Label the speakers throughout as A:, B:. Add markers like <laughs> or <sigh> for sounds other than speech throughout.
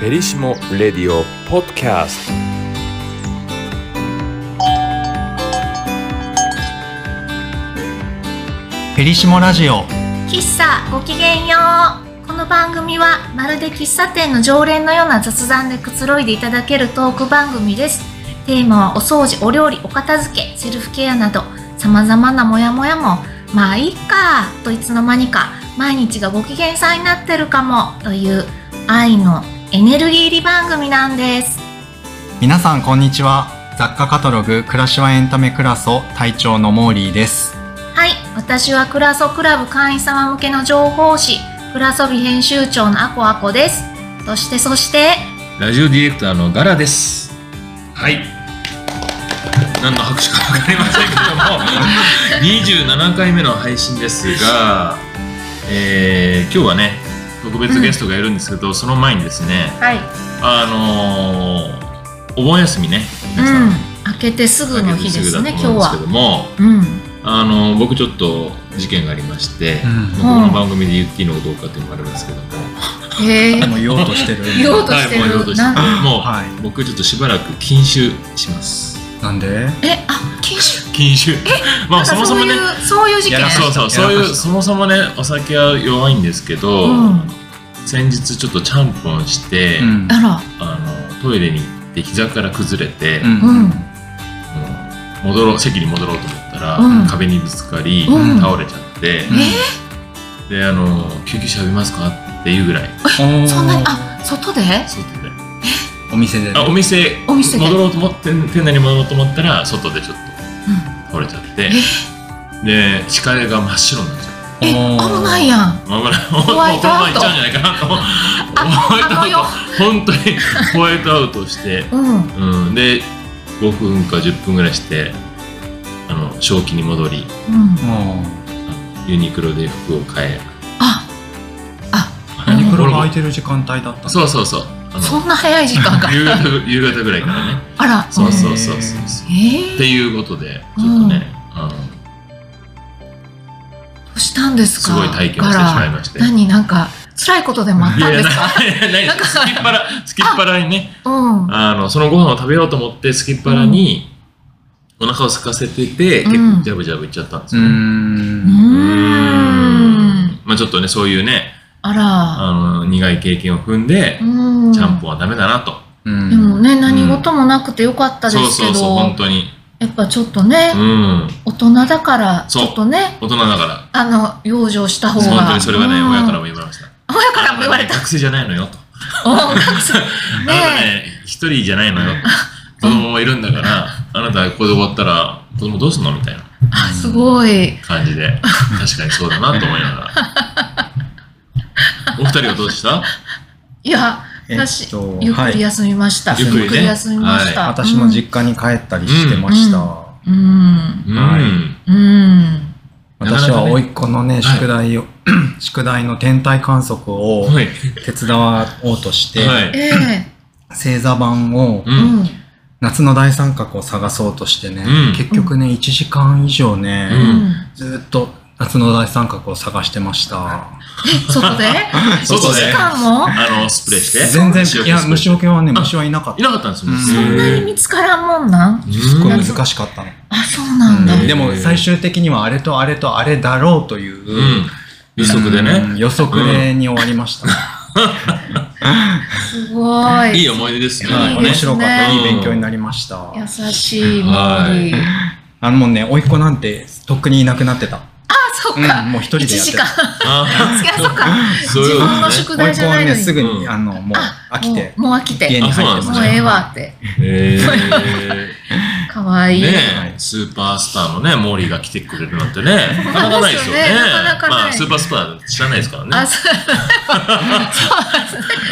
A: フェリシモ・レディオ・ポッドキャスト
B: ペリシモラジオ
C: 喫茶ごきげんようこの番組はまるで喫茶店の常連のような雑談でくつろいでいただけるトーク番組ですテーマはお掃除お料理お片付けセルフケアなどさまざまなモヤモヤもまあいいかといつの間にか毎日がご機嫌さんになってるかもという愛のエネルギー入り番組なんです
B: 皆さんこんにちは雑貨カタログ暮らしはエンタメクラスを隊長のモーリーです
C: はい私はクラソクラブ会員様向けの情報誌クラソビ編集長のアコアコですそしてそして
D: ラジオディレクターのガラです。はい。何の拍手か分かりませんけども、27回 <laughs> 目の配信ですが、えー今日はね、特別ゲストがいるんですけど、その前にですね、
C: はい
D: あのーお盆休みね、皆さん、
C: うん、開けてすぐの日ですね、
D: 明け
C: 今日
D: てぐだと思うんですけど
C: は。
D: も、
C: うん、
D: あのー僕ちょっと事件がありまして、
B: う
D: まあこの番組で言っていいのかどうかっていうのもあるんですけども、
C: へえ
B: で、も言おうとしてる
C: <laughs> 言おうとしてる
D: はい、もう言おうとしてる
C: な
D: もう、
B: はい
D: 僕ちょっとしばらく禁酒します。
B: なんで
C: え、あ、禁酒。
D: 禁酒まあ
C: なんか
D: そもそ
C: そう
D: もね
C: いう、そういう事件
B: や。ら
D: そうそうそう
B: や
D: い
B: らか
D: う
B: した
D: そもそもねお酒は弱いんですけど、
C: うん
D: 先日ちょっとちゃんぽんして、
B: うん
C: あら、
D: あのトイレに行って膝から崩れて、
C: うん
D: もう戻ろう席に戻ろうと思ったら、
C: うん
D: 壁にぶつかり、
C: うん
D: 倒れちゃって、であの救急車呼びますかっていうぐらい
B: うん
C: そんなに、あ、外で。
D: 外で
B: お店で
D: あお店
C: お店で
D: 戻ろうと思って店内に戻ろうと思ったら外でちょっと
C: うん、
D: 倒れちゃってで視界が真っ白になっちゃって。
C: え、危ないやん。
D: まあ、これ、
C: ホワイトアウ
D: もうこのまま行っち
C: ト
D: ゃうんじゃないかなと思う。ホワイ
C: あ、
D: ト
C: あのよ
D: アウ。ト。本当にホワイトアウトして、
C: うん、
D: うん、で、5分か10分ぐらいして、あの、正気に戻り、
C: うん、
B: も
D: ユニクロで服を買え。
C: あ。あ、
B: うユニクロ
D: これ
B: が
D: も
B: 空いてる時間帯だった
D: そうそうそう。あ
C: そ
D: の
C: んな早い時
D: <laughs>
C: 間か。
D: 夕方夕方ぐらいからね。
C: あら、
D: そう
C: う
D: そ
C: ん。
D: うそうそうそう。っ
C: え
D: て
C: え、
D: いうことで、ちょっとね、あの
C: どうしたんです
D: す
C: か。
D: ごい体験をしてしまい
C: あら
D: まして。
C: 何、なんか、辛いことでもあっ
D: い
C: たん
D: やい
C: です
D: や
C: か。
D: なないですすきっ腹、すきっ腹にね、
C: うん、うん、
D: あの、そのご飯を食べようと思って、すきっ腹に、お腹を空かせてて、
C: うん
D: 結構ジャブジャブいっちゃったんです
B: う
D: よ、ね。
B: ん
D: うーんまあちょっとね、そういうね、
C: あら。
D: あの、苦い経験を踏んで、
C: うん。
D: ちゃんぽんはダメだなと。
B: うん
C: でもね、何
D: うん
C: 事もなくてよかったで
D: そう
C: すけ
D: そ
C: ど、
D: うそう、本当に。
C: やっぱちょっとね
D: う、ん。
C: 大人だから、ち
D: そう
C: ょっとね、
D: 大人だから。
C: あの、養生した方が。
D: 本当にそれはね、
C: うん
D: 親からも言われました。
C: 親からも言われた。
D: 学生じゃないのよと。
C: うん
D: <laughs>
C: 学生
D: あなた
C: ね
D: ね、一人じゃないの
C: <laughs>
D: よ。子供もいるんだから、あなたがここで終わったら、子供どうすんのみたいな
C: えすごい。
D: 感じで、確かにそうだなと思いな
C: <laughs>
D: がら。お二人はどうでした
C: いや、
B: えっ
C: 私、
B: と
C: ゆっくり
B: はい
C: 休みました。
B: ゆっくりね
C: 休みました。
B: 私も実家に帰ったりしてました、
C: うんうん。
D: う
B: はい
D: ん。
C: うん。
B: 私は甥っ子のね
D: なかなかね
B: 宿題 <clears throat> を、宿題の天体観測を
D: はい。
B: 手伝おうとして、
D: はい。
C: ええ。
B: 星座版を
D: う。
C: うんん。
B: 夏の大三角を探そうとしてね、
D: うん
B: 結局ね1時間以上ね、
D: う
C: うんん。
B: ずーっと夏の大三角を探してました
C: え、外で
D: <laughs> 外で
C: ?1 時間も
D: あの、スプレーして。
B: 全然
D: 虫除
B: い
D: け
B: や
D: スプレー
B: 虫除けはね虫はいなかっ
D: い
B: た
D: なかったんですよ。
B: うん
C: そんなに見つからんもんなん
B: すごい
D: うん
B: 難しかったの、
C: あ、そうなんだ。
B: う
D: へ
B: ん
D: ー
B: でも最終的にはあれとあれとあれだろうという、
D: うん。予測で
B: うん
D: ね。
B: 予測でに終わりました、
C: すごい。
D: いい思い出ですね。
B: はい
C: いい
B: 面
C: ですね
B: 白かったいい勉強になりました
C: 優しいモ
D: は
C: ー
D: い
C: リー。
B: あのもうね甥っ子なんてとっくにいなくなってた
C: あ、そっか。
B: うんもう一人
C: 1
B: でやって
C: 時
B: た
C: 間。
D: あ
C: いや、そっか。
D: <laughs> そうい
C: 自
D: うことね
B: 甥
C: 分の宿題
B: っ
C: じ
B: 子
C: ゃ
B: は
C: ないの
B: ね
C: に。
B: すぐに、
D: うん
B: あのもう飽きて
C: もうもう飽きて。
B: 家に入って
D: あそう
B: ま
C: もう
B: し
C: ええわって。
D: へ
C: かわ
D: え。
C: いい。
D: ねえ、スーパースターのね、モーリーが来てくれるなんてね、なかなかないですよね。
C: なかなかない
D: まあ、スーパースター知らないですからね
C: あ、。そう。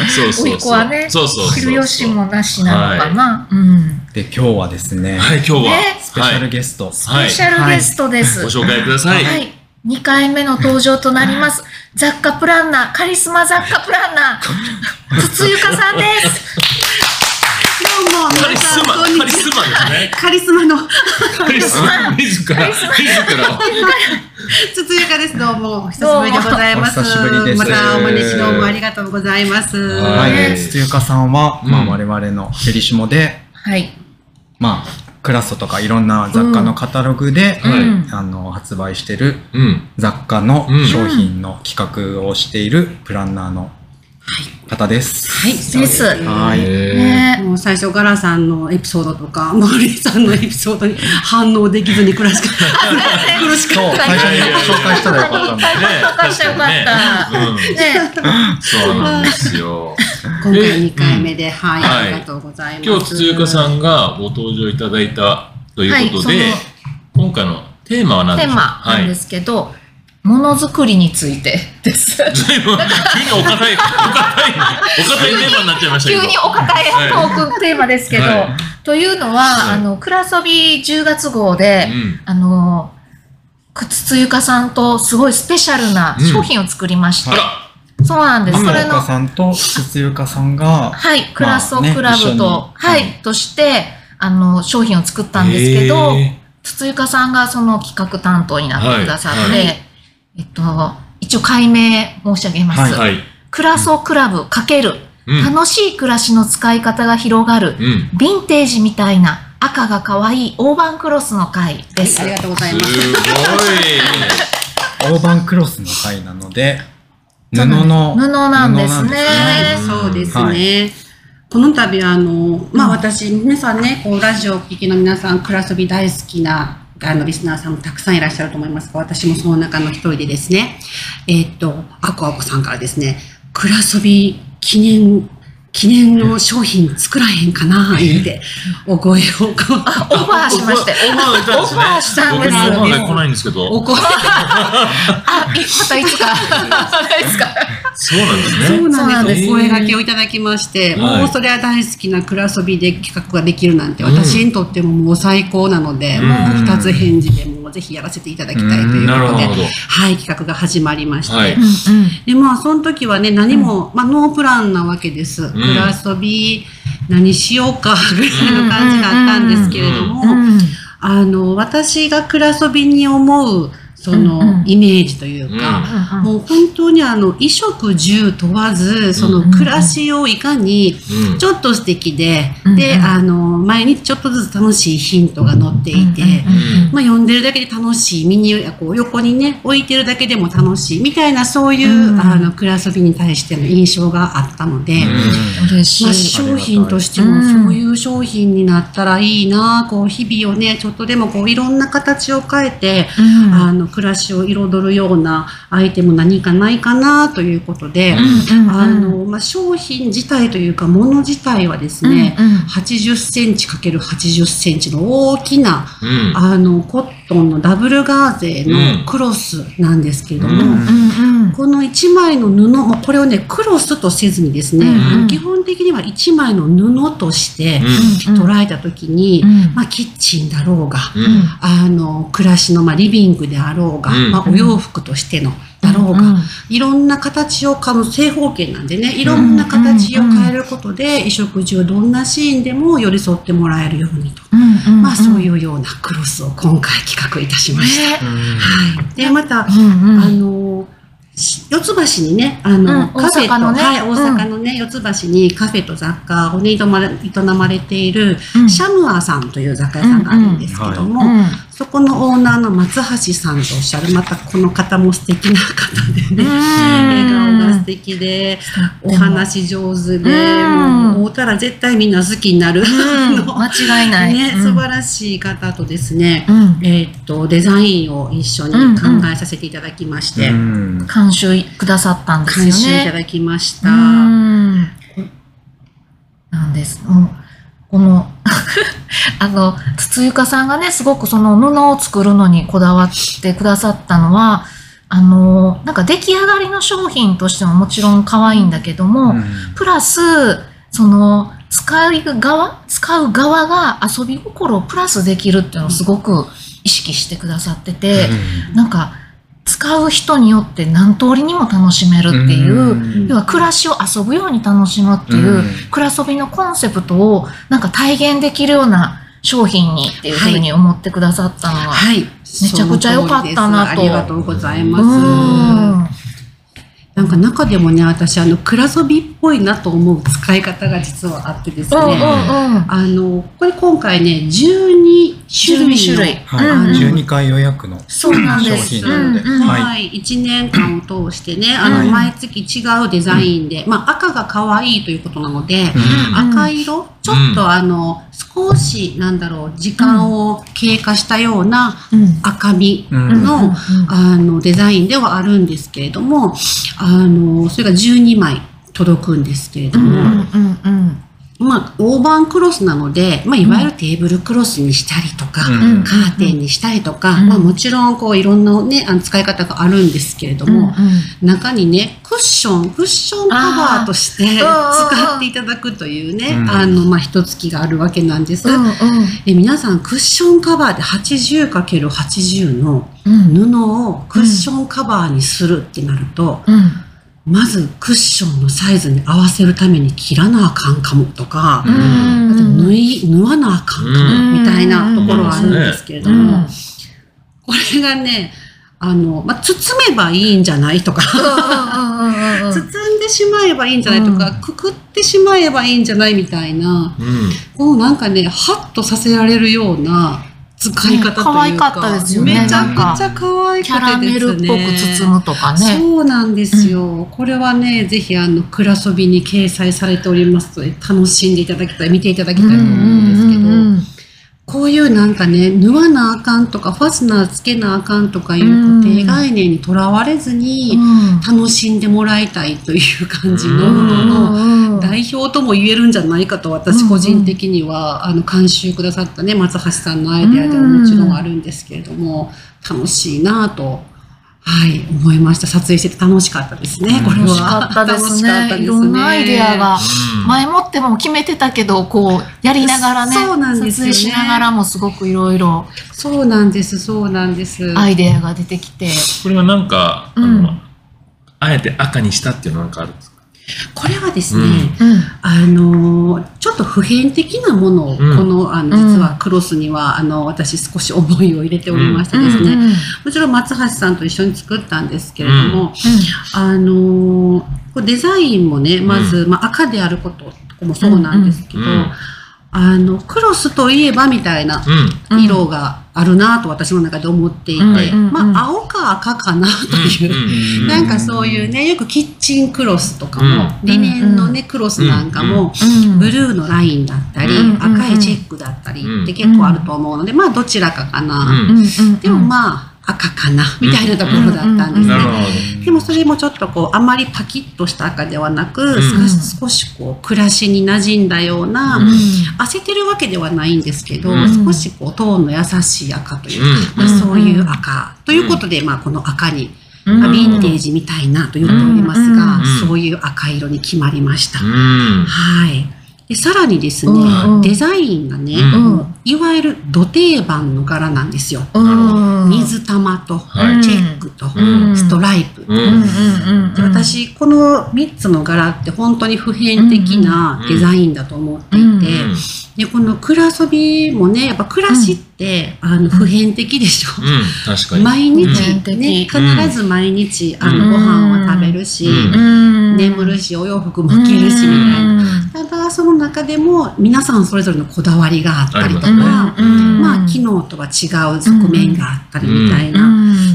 D: そうそうそう。
C: 甥っ子はね
D: そうそうそう。
C: 昼よしもなしなのかな。うん。
B: で今日はですね、
D: はい、今日は
C: ね。
B: スペシャルゲスト、
C: スペシャルゲストです。
D: はいご
C: は
D: 紹介ください。
C: い。2回目の登場となります。雑貨プランナー、カリスマ雑貨プランナー、筒ゆかさんです。
E: どうも
D: カリ
E: 皆
D: ス
E: さん
D: マ
E: こん
D: カ
E: に
D: リ
E: ち
D: スマですね
E: はカリスマの
D: カリスマ自ら自
C: <laughs>
D: らを
E: つつゆかですどうもお久しぶりでございます
B: どうもお久しぶりです
E: またお招きどうもありがとうございます
D: は
B: はいい、筒ゆかさんは、ま
D: う
B: あ、
D: ん
B: 我々のヘリシモで、
C: はい。
B: まあ、クラストとかいろんな雑貨のカタログで、
D: はい
C: うん
B: あの発売してる
D: うん
B: 雑貨の
D: うん
B: 商品の企画をしているプランナーの方です。
E: はい
C: そうです
B: はい
D: へ
C: ね
E: もう最初ガラさんのエピソードとかモーリーさんのエピソードに反応できずに苦しかった <laughs> 苦しか
B: そう、
E: っ
B: 最初に紹介したらよかったんだ。
D: え
C: よかったよかった
D: ね
C: え。ねえ。
D: うんそうなんですよ
E: た今回2回目ではい、
D: はい
E: ありがとうございます
D: 今日筒ゆかさんがご登場いただいたということで、
C: はい
D: 今回のテーマは何で
C: テ
D: し
C: ー
D: ょう
C: マなんで
D: はい
C: すけど、ものづくりについてです。 <laughs>
D: 随分急にお堅いお堅い <laughs> お堅いテーマになっちゃいましたけ
C: <laughs> 急
D: ど
C: にお抱えトークテーマですけど、
D: はい
C: というのは、
D: はい
C: あの、クラソビ10月号で、あの、くつつゆかさんとすごいスペシャルな商品を作りまして、
D: うん、あら
C: そうなんです。
B: つ
C: それ
B: ゆ
C: の
B: か、さんとつつゆかさんが、
C: はい、クラソ
B: まあね
C: クラブと、
B: 一緒に
C: はい、
B: は
C: として、あの、商品を作ったんですけど、
D: へ
C: つつゆかさんがその企画担当になってくださって、
D: はいは
C: えっと、一応解明申し上げます。
B: は
D: ーはい、
C: クラソクラブ×
D: うん
C: 楽しい暮らしの使い方が広がる、
D: うん、
C: ヴィンテージみたいな赤が可愛い大判クロスの回です。
E: ありがとうございますす
D: ごい
B: 大判クロスの回なので、
C: そ
B: 布
C: うなんです
B: の、
C: 布なんですね
B: 布
E: はい、そうですね。
B: は
E: この度あの、ま
C: うん
E: あ、私皆さんねこうラジオをお聞きの皆さんクラスび大好きなあのリスナーさんもたくさんいらっしゃると思いますが私もその中の一人でですねえーっとあこあこさんからですねクラスび記念記念の商品作らへんかな言ってお声を <laughs> こう
C: オファーしまして。
D: オファーいたんですね
C: オファーしたんです
D: 僕のオファーが来ないんですけ
E: お
D: ど
E: 声
C: あ、いまたいつか。またいつか。
D: そうなんですね
E: そう
C: な
E: なんん
C: で
E: ですす。お声掛けをいただきまして、
D: はい
E: もうそれは大好きなクラソビで企画ができるなんて、私にとってももう最高なので、
D: うん
E: もう2つ返事でもうぜひやらせていただきたいという
D: なる
E: ことで、
D: ほど
E: はい、企画が始まりまして、
D: はい
C: うんうん
E: で、まあ、その時はね、何も、まあ、ノープランなわけです。クラソビ、何しようか、ぐらいの感じだったんですけれども、
C: うん
E: あの、私がクラソビに思う、その、イメージというか、
D: うん
E: もう本当にあの衣食住問わずそ
D: うん
C: うんう
E: の
C: ん
E: 暮らしをいかに
D: うん
E: ちょっと素敵で、
C: うんうん
E: であの毎日ちょっとずつ楽しいヒントが載っていて、
C: うん
E: まあ、読んでるだけで楽しい身にこう横にね置いてるだけでも楽しいみたいなそういう、
C: うん
E: あの暮らしに対しての印象があったので。
C: 嬉
E: まあ、
C: しい。
E: 商品としてもそういう商品になったらいいな、こう日々をねちょっとでもこういろんな形を変えて
C: うん
E: あの暮らしを彩るようなアイテム何かないかなということ
C: う
E: で、
C: んうん
E: あのまあ、商品自体というか物自体はですね、
C: うんうん
E: 80センチ ×80 センチの大きな
D: うん
E: あのコットンのダブルガーゼ
D: うん
E: のクロスなんですけれども、
D: うん
C: うんうん
E: この1枚の布もこれをねクロスとせずにですね、
C: うんうん
E: 基本的には1枚の布として
C: うん
E: 捉えた時に、
C: うん
E: まあ、キッチンだろうが、
D: うん
C: うん
E: あの暮らしの、まあ、リビングであろうが、
D: うん
E: まあ、お洋服としてのだろうが、いろんな形をかむ正方形なんでねいろんな形を変えることで、衣食住どんなシーンでも寄り添ってもらえるようにと、
C: うんうん。
E: まあ、そういううようなクロスを今回企画いたしました。
C: ね
E: はい、でまた、
C: うんうん
E: あのし四つ橋にね、あ
C: うん
E: の、カフ
C: 大
E: ェと、
C: 阪のね
E: はい、
C: うん
E: 大阪のね、四つ橋にカフェと雑貨をね、営まれ営まれている、
C: うん
E: シャムアさんという雑貨屋さんがあるんですけども、
C: うん
E: そこのオーナーの松橋さんとおっしゃる、またこの方も素敵な方でね、笑顔が素敵で、お話上手で、
C: うん
E: もう会うたら絶対みんな好きになる、
C: うん
E: あの
C: 間違いない。
E: ね、
C: うん
E: 素晴らしい方とですね、
C: うん。
E: えーっと、デザインを一緒に考えさせていただきまして、
B: うん
C: 監修くださったんですよね。
E: 監修いただきまし
C: う
E: た。
C: んなんです。もうこの <laughs> あの筒ゆかさんがねすごくその布を作るのにこだわってくださったのはあのなんか出来上がりの商品としてももちろん可愛いんだけども、プラスその使い側使う側が遊び心をプラスできるっていうのをすごく意識してくださってて。なんか使使う人によって何通りにも楽しめるっていう、
B: ん
C: 要は暮らしを遊ぶように楽しむっていう、
B: うん
C: 暮らし遊びのコンセプトをなんか体現できるような商品にっていうふうに思ってくださったのは、
E: はい。
C: めちゃくちゃ良かったなと
E: その通りですありがとうございます。
C: うん
E: なんか中でもね、私、あの、くらそびっぽいなと思う使い方が実はあってです
C: うん
E: ね。
C: うんうん
E: あの、これ今回ね、12種類の。
C: 12種類
B: はい、
C: うんうん
B: 12回予約の。
C: そうなんです。
B: 商品なので
C: うんうん
B: はい
E: はい、1年間を通してね、あの、
C: うん
E: 毎月違うデザインで、まあ、赤が可愛いということなので、
B: うん
C: うん
E: 赤色、ちょっとあの、少し、なんだろう、時間を経過したような
C: うん
E: 赤み
B: うん
E: の、あのデザインではあるんですけれどもあのそれが12枚届くんですけれど
C: うんう
E: も、
C: んうんうん
E: まあ、大判クロスなので、まあ、いわゆるテーブルクロスにしたりとか、
B: うん
E: カーテンにしたりとか、
C: うん
E: まあ、もちろんこういろんな、ね、あの使い方があるんですけれど
C: うんうん
E: も、中にねクッションクッションカバーとして
C: あー
E: 使っていただくというね
B: うん
E: あの、まあ、一月があるわけなんです
C: う
E: が、
C: ん
E: え皆さんクッションカバーで 80×80 の
C: うんうん
E: 布をクッションカバーにするってなると、
C: うん
E: まずクッションのサイズに合わせるために切らなあかんかもとか、
D: うん
E: あと縫い縫わなあか
C: う
E: んか
C: ん
E: もみたいなところはあるんですけれど
C: う
E: も、
C: ん
E: これがねあの、まあ、包めばいいんじゃないとか
C: うんうんうんうん
E: 包んでしまえばいいんじゃないとか、
C: う
E: くくってしまえばいいんじゃないみたいな
D: うん
E: もうなんかねハッとさせられるような使い方というか、
C: 可愛かったですよね
E: めちゃくちゃ可愛
C: キャ
E: か
C: ラ
E: ったで
C: メ
E: すね
C: ルっぽく包むとかね。
E: そうなんですよ。これはね、ぜひあのくらそびに掲載されておりますので、楽しんでいただきたい、見ていただきたいと思うんですけど、こういうなんかね、縫わなあかんとか、ファスナーつけなあかんとかいう固定概念にとらわれずに、楽しんでもらいたいという感じの
D: うん
E: ものの。代表とも言えるんじゃないかと私個人的には、あの監修くださったね松橋さんのアイデアではもちろんあるんですけれども、楽しいなぁと、はい、思いました撮影してて楽しかったですね、これは
C: 楽しかったですね。いろんなアイデアが。前もっても決めてたけど、こう、やりながらね、
E: そうなんで
C: 撮
E: すよ
C: 影
E: ね
C: しながらもすごくいろいろ
E: そうなんですそうなんです
C: アイデアが出てきて。
D: これはなんか、あ
C: う
D: の
C: ん
D: あえて赤にしたっていうのはなんかあるんですか
E: これはですね、
D: うん
C: うん
E: あのーちょっと普遍的なものを、
D: うん
E: このあの
C: うん
E: 実はクロスにはあの私少し思いを入れておりましてですね、
C: うんうん
E: もちろん松橋さんと一緒に作ったんですけれども、あのーこうデザインもねまず、まあ、赤であることもそうなんですけど、
D: うんうん
E: あのクロスといえばみたいな
D: うん
C: うん
E: 色があるなと私の中で思っていて、
D: はい
C: うんうん
E: まあ、青か赤かなという。
D: うん
E: なんかそういうねよくキッチンクロスとかも、
C: うん
E: リネンのねクロスなんかも、
C: うん
E: ブルーのラインだったり、
C: うん
E: 赤いチェックだったりって結構あると思うので、まあどちらかかな、
D: うん
C: うんうん
E: でもまあ赤かなみたいなところだったんですね。
D: なるほ
E: でもそれもちょっとこうあまりパキッとした赤ではなく、
D: うん
E: 少し少しこう暮らしに馴染んだような、
D: うん
E: 焦ってるわけではないんですけど、
D: うん
E: 少しこうトーンの優しい赤という
D: ど
E: か、
D: う
E: まあ、
C: うん
E: そういう赤、ということで、まあ、この赤に、
C: うん
E: まあ、ヴィンテージみたいなと言っておりますが、
D: うん
E: そういう赤色に決まりました。
D: んうん
E: はいでさらにですね、
C: うん
E: デザインがね、
D: うん
E: もういわゆる土定番の柄なんですよ。
C: うん
E: 水玉と、
D: はい
E: チェックと、
D: うん
E: ストライプ。
D: うん
C: うんうんうん
E: で私この3つの柄って本当に普遍的なデザインだと思っていて、
C: うんうん
E: でこの「くらそび」もねやっぱ暮らしって、あの普遍的でしょ。
D: うん確かに
E: 毎
C: 普遍
E: 日、
C: 的
E: ね、必ず毎日、あ
D: うん
E: のご飯は食べるし、
D: うん
E: 眠るしお洋服も着るしみたいな。ただその中でも皆さんそれぞれのこだわりがあったりとか、
D: あり
E: ま
D: うんうん
E: あ機能とは違う側面があったりみたいな、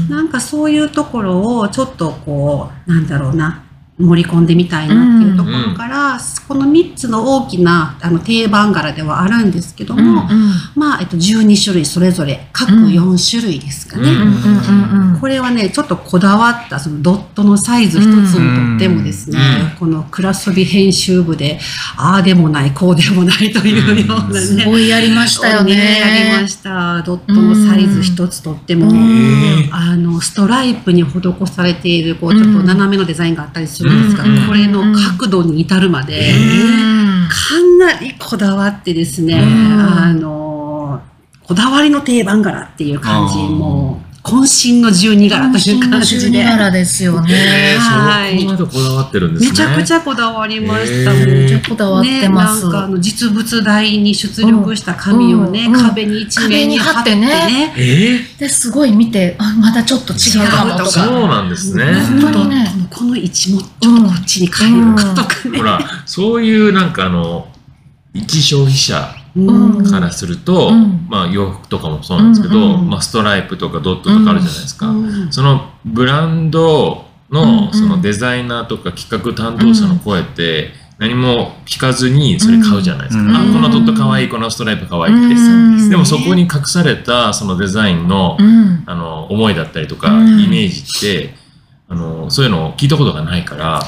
E: なんかそういうところをちょっとこう、なんだろうな、盛り込んでみたいなっていうところから、この3つの大きなあの定番柄ではあるんですけども、
D: うん
E: まあ、えっと、12種類それぞれ、各
C: うん
E: 4種類ですかね。
D: うん
E: これはね、ちょっとこだわった、そのドットのサイズ一つをとってもですね、
D: う
E: このクラソビ編集部で、ああでもない、こうでもないというようなね、
C: すごいやりましたよね。
E: やりました。ドットのサイズ一つとっても、
D: ん
E: あのストライプに施されているこうちょっと斜めのデザインがあったりするんですが、
D: うん
E: これの角度に至るまで、かなりこだわってですね、
C: うん
E: あのこだわりの定番柄っていう感じ
B: あー
E: もう渾身の十二柄という感じで。
C: らですよね
D: え。
E: はい
D: ー、そこまでこだわってるんですね。
E: めちゃくちゃこだわりました。
D: へー
E: もう
C: めちゃこだわってます
E: ね、なんかあの実物大に出力した紙をね、
C: うんうんうん
E: 壁に一面に貼ってね。
C: 壁に貼
D: えー、
C: で、すごい見て、あ、まだちょっと違うかもと
E: 違
D: そう
C: か。
D: なんですね。
C: 本当にね
E: ちょっとこの位置もちょっとこっちに変えようかとかね
D: ほ。ら、そういうなんかあの、一消費者
C: うん
E: うん
D: からすると、
C: うん
D: まあ洋服とかもそうなんですけど、
C: うんうん
D: まあストライプとかドットとかあるじゃないですか。
E: うん
D: そのブランド
C: うんう
D: の
C: ん
D: そのデザイナーとか企画担当者の声って何も聞かずにそれ買うじゃないですか。
B: うん
D: あ、このドット可愛い、このストライプ可愛いって。
C: うん
D: でもそこに隠されたそのデザインの、
C: うん。
D: あの思いだったりとか、
C: うん
D: イメージってあのそういうのを聞いたことがない
C: <laughs>
D: から、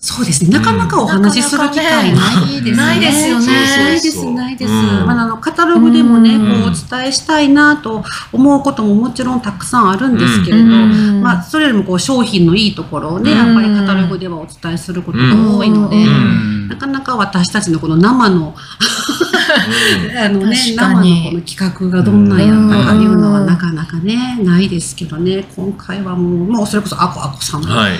E: そうですね。なかなかお話しする機会ないですね。
C: ないですよね
E: ない
D: そうそう
E: です、
D: そう
E: ないです。
D: うん
E: まだあの、カタログでもね、
C: うん
E: こう、お伝えしたいなと思うことももちろんたくさんあるんですけれど、
C: うん
E: まあ、それよりもこう、商品のいいところをね、
C: うん
E: やっぱりカタログではお伝えすることが多いので、
C: うん
B: う
E: なんかなか私たちのこの生の、
D: うん
E: あのね、
C: 確
E: 生
C: か
E: の
C: に
E: この企画がどんなんやったかいうのはなかなかね、ないですけどね、今回はもう、もうそれこそアコアコさんの、
D: はい、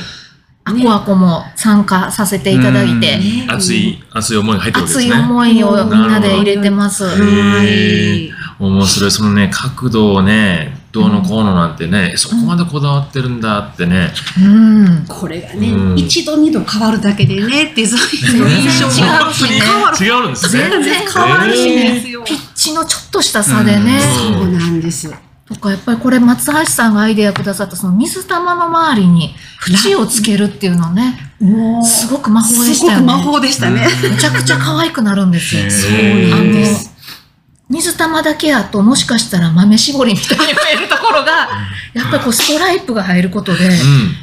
C: アコアコも参加させていただいて、
E: ね
D: 熱い熱い思いが入ってるわけで
C: 熱
D: す
C: い
D: ね。
C: 思いをみんなで入れてます。
D: なるほど
E: はい。
D: 面白いそのね角度をねどうのこうのなんてね、そこまでこだわってるんだってね、
C: うん。
E: これがね、
D: うん
E: 一度二度変わるだけで
D: <laughs>
E: ね、デザインの印象
C: 全然違う
E: が
D: 本当に
E: 変わる
D: 違うんですね。
E: 全然変わるんですよ。
C: ピッチのちょっとした差でね、
D: うん
E: そうなんです。
C: とかやっぱりこれ松橋さんがアイデアくださったその水玉の周りに縁をつけるっていうのね、
E: もう、
C: す
E: す
C: ごく魔法でし
E: ご
C: たよね。
E: く魔法でしたね。
C: めちゃくちゃ可愛くなるんですよ。
E: そ
B: そう
D: う
E: な
D: なんん
E: で
D: です
C: す。水玉だけやともしかしたら豆絞りみたいに見えるところが、やっぱりこうストライプが入ることで、
D: う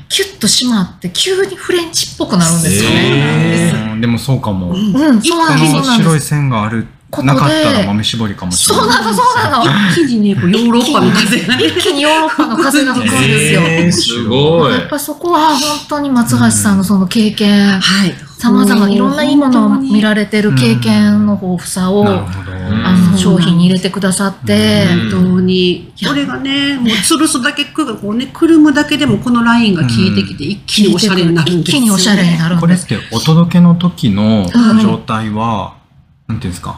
C: キュッと締まって急にフレンチっぽくなるんですよ
E: そう
C: ね。
E: なんです
B: うんでもそうかも。こ
C: うん、そうなんです。
B: の
C: そうなん
B: 白
C: で
B: い
C: す。
B: 線がある
C: ここで
B: なかったら豆絞りかもしれ
C: そう
B: ない。
C: なの、そうなの。
E: 一気にね、こうヨーロッパの風がね。
C: 一気にヨーロッパの風が吹くんですよ。
D: えーすごい
C: やっぱそこは本当に松橋さんのその経験、
E: はい。
C: 様々いろんないいものを見られてる経験の豊富さを、
B: なるほど。
D: ん
C: あの商品に入れてくださって、
D: うん
E: 本当に。これがね、もう吊るすだけ、こうね、くるむだけでもこのラインが効いてきて、一気におしゃれになるんです
C: 一気におしゃれになるん
B: こ
C: で
B: れ
C: す
B: っ。てお届けの時の状態は、なんていうんですか、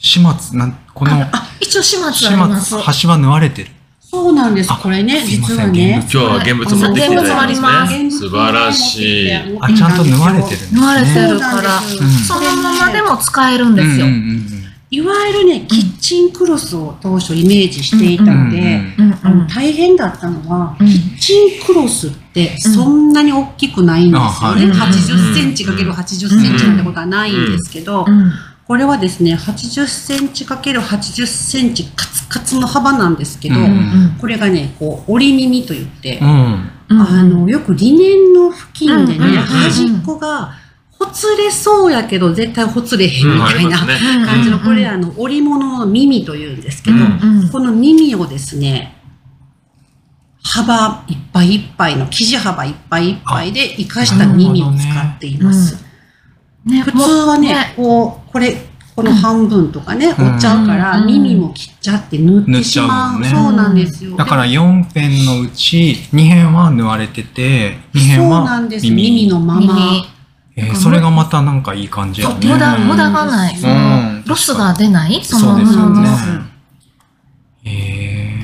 B: 始末、なんこの
C: 一応
B: 始
C: 始末あります
B: 末、。端は縫われてる。
E: そうなんです
B: あ、
E: これね、
B: すいませ
E: 実
B: ん
E: はね
D: ん、。今日は現物持ってきていただいたんですね。素晴らしい。
B: あ、ちゃんと縫われてるんですね。
C: 縫われてるから、
E: そう
B: うん
C: そのままでも使えるんですよ。
B: う
C: うん
B: うん
C: ん
E: いわゆるね、キッチンクロスを当初イメージしていた
B: うんう
E: の
B: ん
E: で、
B: うん
C: うん
E: あの大変だったのは、
C: うん
E: キッチンクロスってそんなに大きくないんですよね。
B: うんあはい
E: 80センチかける80センチなんてことはないんですけど、
C: うん
E: これはですね、80センチかける80センチカツカツの幅なんですけど、
B: うん
E: これがね、こう折り耳と言って、
B: うん。
C: うん
E: あの、よくリネンの付近でね、
C: うん
D: うん
E: 端っこがほつれそうやけど絶対ほつれへんみ
D: うんあ
E: た
D: り
E: い
D: ま
E: な
D: すね。
C: うん
E: 感じの、これあの織物の耳というんですけど、
D: うん
C: うん
E: この耳をですね、幅いっぱいいっぱいの、生地幅いっぱいいっぱいで生かした耳を使っています。
C: ね
E: 普通はね、こう、これ、この半分とかね、
B: うん
E: 折っちゃうから、
C: うん
E: 耳も切っちゃって塗っ
B: 塗
E: て
B: っち
E: し
B: ゃう
E: ま
B: も
E: う。
B: んね
E: そうなんですよ。
B: だから
E: で
B: 4辺のうち2辺は縫われてて、2辺
E: も、そうな
B: は
E: んです。
B: 耳。
E: 耳のま
C: 耳
E: ま。
B: えーそれがまたなんかいい感じや
C: そう
B: ね。
C: 無駄、無駄がない。そのロスが出ないそ
B: そ
C: の
B: うですよ
C: 布
B: ね
C: の。。
B: え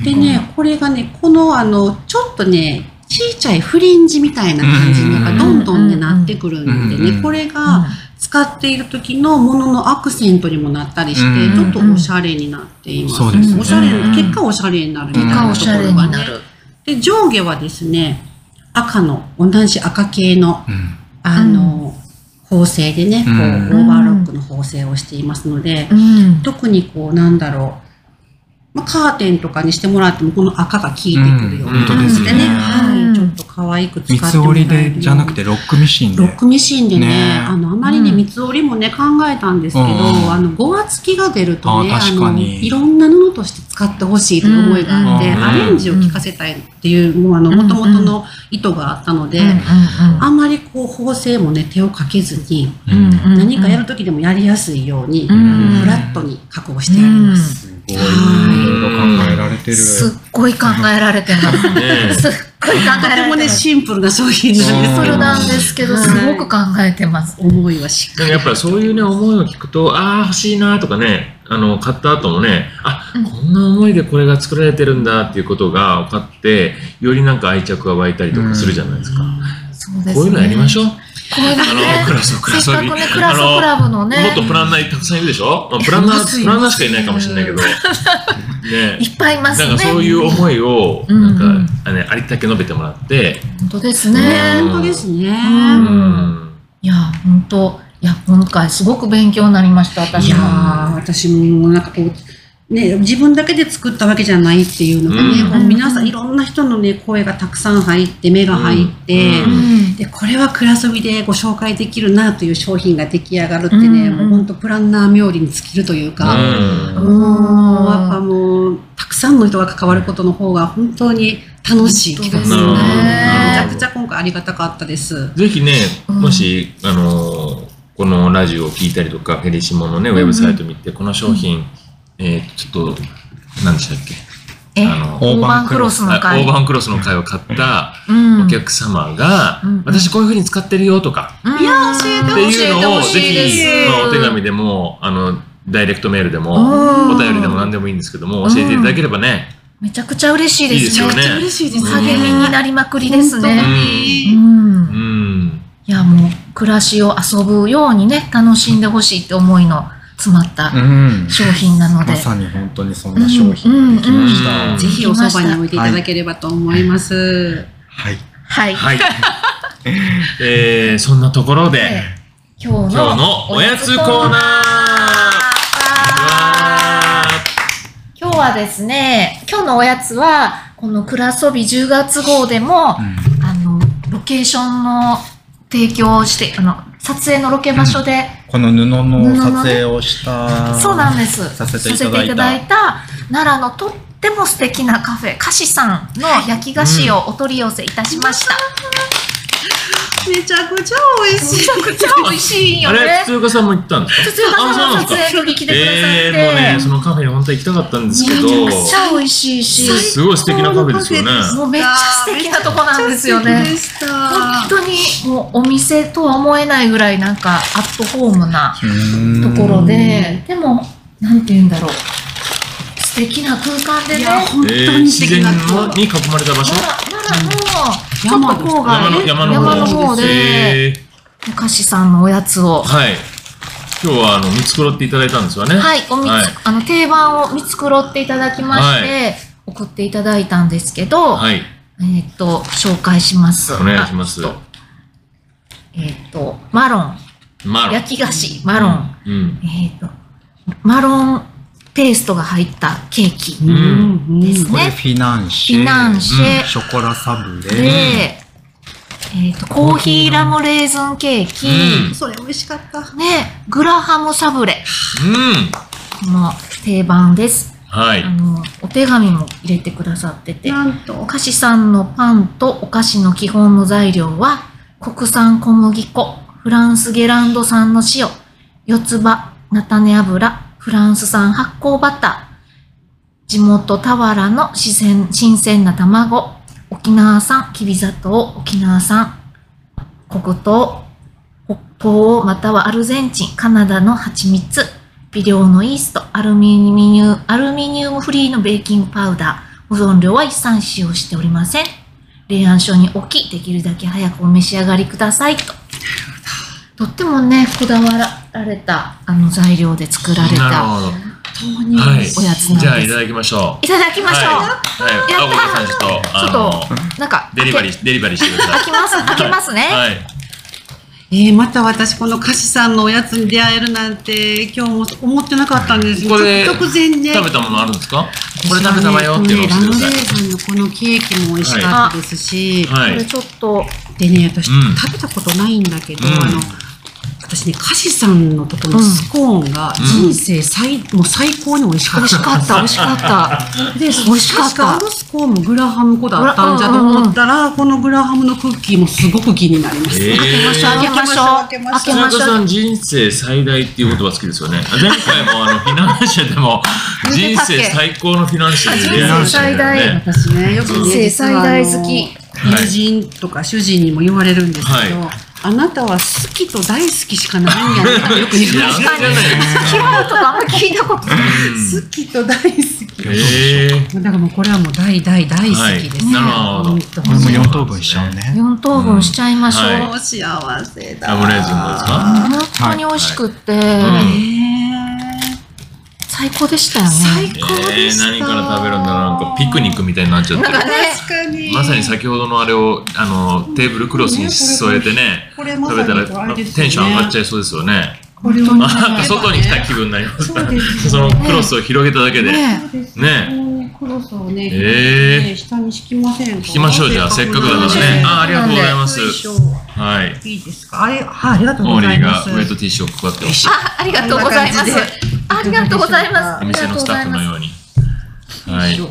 B: ー
E: でね、これがね、このあの、ちょっとね、ちいちゃいフレンジみたいな感じになんかどんどんね、
C: うん
E: なってくるんで
B: う
E: ね、
B: ん
E: これが使っている時のもののアクセントにもなったりして、ち
B: う
E: ょ
B: ん
E: っとおしゃれになっています。
B: そうですね
E: おしゃれな、結果おしゃれになるみたい
C: 結果
E: な
C: お
E: と
C: し
E: こ
C: ゃれ
E: ろが
C: にな
E: ね。
C: る。
E: で、上下はですね、赤の、同じ赤系の、
B: うん
E: あの、縫製でね、こう、
B: うん
E: オーバーロックの縫製をしていますので、
C: うん。
E: 特にこうなんだろう、まあ、カーテンとかにしてもらってもこの赤が効いてくるよう
B: うん
E: な
B: 本
E: 感
B: 当で
E: じ
B: す
E: で
B: ね
E: ね、は
C: うん
E: い、ちょっと可愛く
B: 三
E: 使っ
B: つ
E: てもらえ
B: 折り
E: るよう
B: でじゃなくてロックミシンで。
E: ロックミシンでね
B: ね
E: あのあまりね
C: うん
E: 三つ折りもね考えたんですけど、
B: うん
E: あのごわつきが出るとね
B: あ
E: あ
B: 確か
E: の
B: に
E: いろんな布として使ってほしいという思いがあって、
B: うんうん
E: アレンジを効かせたいっていうもうあの元々の意図があったので、あまりこう縫製もね手をかけずに何かやる時でもやりやすいように、
C: うん
E: フラットに加工してありま
B: す
E: す。
B: ごいねいろいろ考えられてる。
C: すっごい考えられてます。
D: ね
C: すっごい考
E: と
C: え
E: て
C: ら
E: も
C: れて
E: ね、
C: ます。
E: シンプルな商品
C: シ
E: なんで
C: ン
E: す
C: プ
E: け
C: ル
E: ど、
C: なんですけど、
E: はい
C: すごく考えてます。
E: 思いはしっ
D: で
E: か
D: も
E: り。
D: やっぱりそういうね思いを聞くとああ欲しいなとかねあの買った後もねあ
C: うん
D: こんな思いでこれが作られてるんだっていうことが分かってよりなんか愛着が湧いたりとかするじゃないですか、
C: そうですね。
D: こういうのやりましょう、
C: こういうの
D: あ
C: ね
D: のクラスクラス
C: せっか
D: 割り
C: くね、クラスクラブのね
D: もっ、とプランナーたくさんいるでしょ、まあ、プランナープランナーしかいないかもしれないけどね
C: いっぱいいま
D: だ
C: す
D: か
C: ね。
D: らそういう思いを
C: うん
D: なんか、あね、ありったけ述べてもらって、
C: 本当ですね。
E: 本当です
C: う
E: ね。
C: んいや、本当、いや、今回すごく勉強になりました、
E: い
C: 私
E: や
C: も。
E: ー、私もなんかこう、ね、自分だけで作ったわけじゃないっていうのがね、
D: うん
E: こう皆さんいろんな人のね、声がたくさん入って、目が入って、
D: う
C: うんん
E: で、これはクラソビでご紹介できるなという商品が出来上がるってね、
C: うん
E: もうほんとプランナー冥利に尽きるというか、
D: うん
E: もうやっぱもう、たくさんの人が関わることの方が本当に楽しい企画
C: 本当です
D: ね
E: めちゃくちゃ今回ありがたかったです。
D: ぜひね、
C: うん
D: もし、あのーこのラジオを聞いたりとか、フェリシモのね、ウ
C: んうん
D: ェブサイト見て、この商品、えーちょっと、何でしたっけ
C: え、
D: あの
C: 大盤クロスの
D: あ
C: 会。
D: オーバンクロスの会を買った
C: うん
D: お客様が、
C: うん
D: 私こういうふうに使ってるよとか、
C: うん
E: いや教えて
D: っ
E: ほ
D: て
E: し
D: いうのを、ぜ
C: 教えてほしい
D: ひ、
C: です
D: まあお手紙でも、あの、ダイレクトメールでも、
C: うん
D: お便りでも何でもいいんですけども、教えていただければね、
C: めちゃくちゃ嬉しいで
D: いいです
C: す
D: よ
C: ね。
D: ね。
E: しいで
C: 励みになりまくりです
E: 本
C: ね。
E: 当
C: う。
E: に
D: うんん。
C: いや、もう、暮らしを遊ぶようにね、楽しんでほしいって思いの詰まった
B: うん。
C: 商品なので
B: ま。さに本当にそんな商品ができまし
D: うんうんうん
B: た。
E: ぜひおそばに置いていただければと思います。
B: はい。
C: はい。
D: はい。えー、そんなところで
C: で、今日
D: 今日の
C: の
D: おやつコーナー
C: わー今日はですね、今日のおやつは、このクラソビ10月号でも、あの、ロケーションの提供をして、あの、撮影のロケ場所で、
B: この布の撮影をした。
C: そうなんです。
B: させていただいた
C: させていた奈良のとっても素敵なカフェ、菓子さんの焼き菓子をお取り寄せいたしました。
E: めちゃくちゃ美味しい。
C: めちゃくちゃ美味しいん
D: あ
C: よ
D: れ、
C: ね。
D: 筒岡さんも行ったんですか
C: 普通
D: あそう
C: の
D: なん
C: 撮
D: です
C: 影の時来てくださって、
D: えー、もうね、そのカフェ本当に行きたかったんですけど、
C: めちゃくちゃ美味しいし、
D: すごい素敵なカフェですよね。
C: もうめっちゃ素敵なとこなんですよ
E: めっちゃ
C: ね。
E: 素敵で
C: 本
E: し
C: 当にもうお店とは思えないぐらいなんかアットホームな
B: うん
C: ところで、でも、なんて言うんだろう。素敵な空間で
E: た。い
C: ね。
E: や、本
D: え
E: 当
D: ー、
E: に
D: 自
E: 素敵
D: 然
E: な
D: のに囲まれた場所
C: 奈良のちょっと
D: 山
C: 郊外
D: の
C: ね
D: 山の方
C: 山の方で、
D: えー
C: お菓子さんのおやつを。
D: はい。今日は、あの、見繕っていただいたんですよね。
C: はい、おみつ、
D: はい
C: あの定番を見繕っていただきまして、送っていただいたんですけど、
D: はい。
C: えーっと、紹介します。
D: お願いします
C: あちょっとえーっと、マロン、
D: マロン。
C: 焼き菓子、マロン、
D: うん。
C: えーっと、マロンペーストが入ったケーキ、
E: うんんうん
C: です
B: これ
C: ね。
B: フィナンシ
C: フィナンシェ、
B: ェ、ショコラサブ
C: で、
B: レ、
C: えーっと、コーヒーラムレーズンケーキ、
D: うん
E: それ美味しかった。
C: ね、グラハムサブレ、
D: うん。
C: この定番です。
D: はい
C: あ。の、お手紙も入れてくださってて、
E: なんと
C: お。菓子さんのパンとお菓子の基本の材料は、国産小麦粉、フランスゲランド産の塩、四つ葉、菜種油、フランス産発酵バター、地元田原の自然新鮮な卵、沖縄産きび砂糖、沖縄産黒糖、北方またはアルゼンチン、カナダの蜂蜜、微量のイースト、アルミニウム、アルミニウムフリーのベーキングパウダー、保存料は一切使用しておりません。冷暗所に置き、できるだけ早くお召し上がりくださいと。とってもね、こだわられた、あの、材料で作られた。
D: なるほど。
E: 豆乳。
D: はい。
C: おやつなんです
D: じゃあ、いただきましょう。
C: いただきましょう。
D: はい。はい。
C: や
D: 青
C: ったー
D: 子さん、ちょっと、
C: ちょ
D: あ
C: っ
D: の
C: と、なんか、
D: デリバリ
C: 開
D: ー、デリバリーしてくださ
C: け開けます、開けますね。
D: い。はい。
E: えー、また私この菓子さんのおやつに出会えるなんて今日も思ってなかったんです。
D: これ
E: 直前ね。
D: 食べたものあるんですかこれ食べたわよっていうのを
E: こ
D: 教
E: の
D: えてく
E: ねラム
D: だ
E: レーズンのこのケーキも美味しかったですし、
D: さい。は
C: これ
D: い。
C: ちょっと、
E: でね、私、
D: うん
E: 食べたことないんだけど、
D: うん
E: あの、私ね、カシさんのところのスコーンが人生最、もう最高に美味しか
C: 美
E: っ
C: 味
E: た。
C: しかった、美味しか
D: <laughs>
C: った。
E: で、美
C: 味しかった
E: あのスコーンもグラハム粉だったんじゃと思ったら、このグラハムのクッキーもすごく気になります。
D: えー
C: 開けましょう、開けましょう。開け
D: 田
C: まし
D: 中
C: ょ
D: さ
C: う。
D: ん人生最大っていう言葉好きですよ
C: <laughs>
D: ね。前回もあのフィナンシェでも人生最高のフィナンシェで出会いましたけど
C: 人生最
D: ね。
E: 私ね、よくね
C: 人生最大好き。
E: 実はあの友人とか主人にも言われるんですけど、
D: は
E: あなたは好きと大好きしかないんやねってよく言われ
D: い
E: る
D: や。
C: 確かに嫌いとかあんまり聞いたことない。
E: 好きと大好き。
D: えー
E: だからもうこれはもう大大大好きですね。
D: はいなるほど
E: 本当
B: これも4等分しちゃうね。
C: 4等分しちゃいましょう。
D: うん
E: もう幸せだ。
D: ラムレーズンどうですか
C: 本当に美味しくって、
E: え
D: い
E: ー
C: 最高でしたよ
E: 最
C: ね。
E: 高
D: え
E: で
D: ー、
E: した。
D: 何から食べるんだろうなんかピクニックみたいになっちゃって
C: なんかね、
E: 確かに。
D: まさに先ほどのあれをあのテーブルクロスに添えてね
E: これま
D: 食
E: さ
D: べ
E: に
D: たら
E: あれですよね
D: テンション上がっちゃいそうですよね
E: これを
D: あなんか外に来た気分になります
E: そうで
D: <laughs>
E: す
D: そのクロスを広げただけで、
C: ね
E: ね。クロスをね、
D: えー
E: ね下に敷きませんか。引
D: きましょうじゃあせっかくだからねあありがとうございますはい
E: いいですか。あれ、はい、ありがとう
D: オ
E: ご
D: ー
E: ざ
D: リ
E: い
D: ー
E: ま
D: が
E: す。
D: ウェットティッシュを配ってます
C: あ、ありがとうございます
E: こんな感。
C: ありがとうございます。
D: お店のスタッフのようには
E: はいい、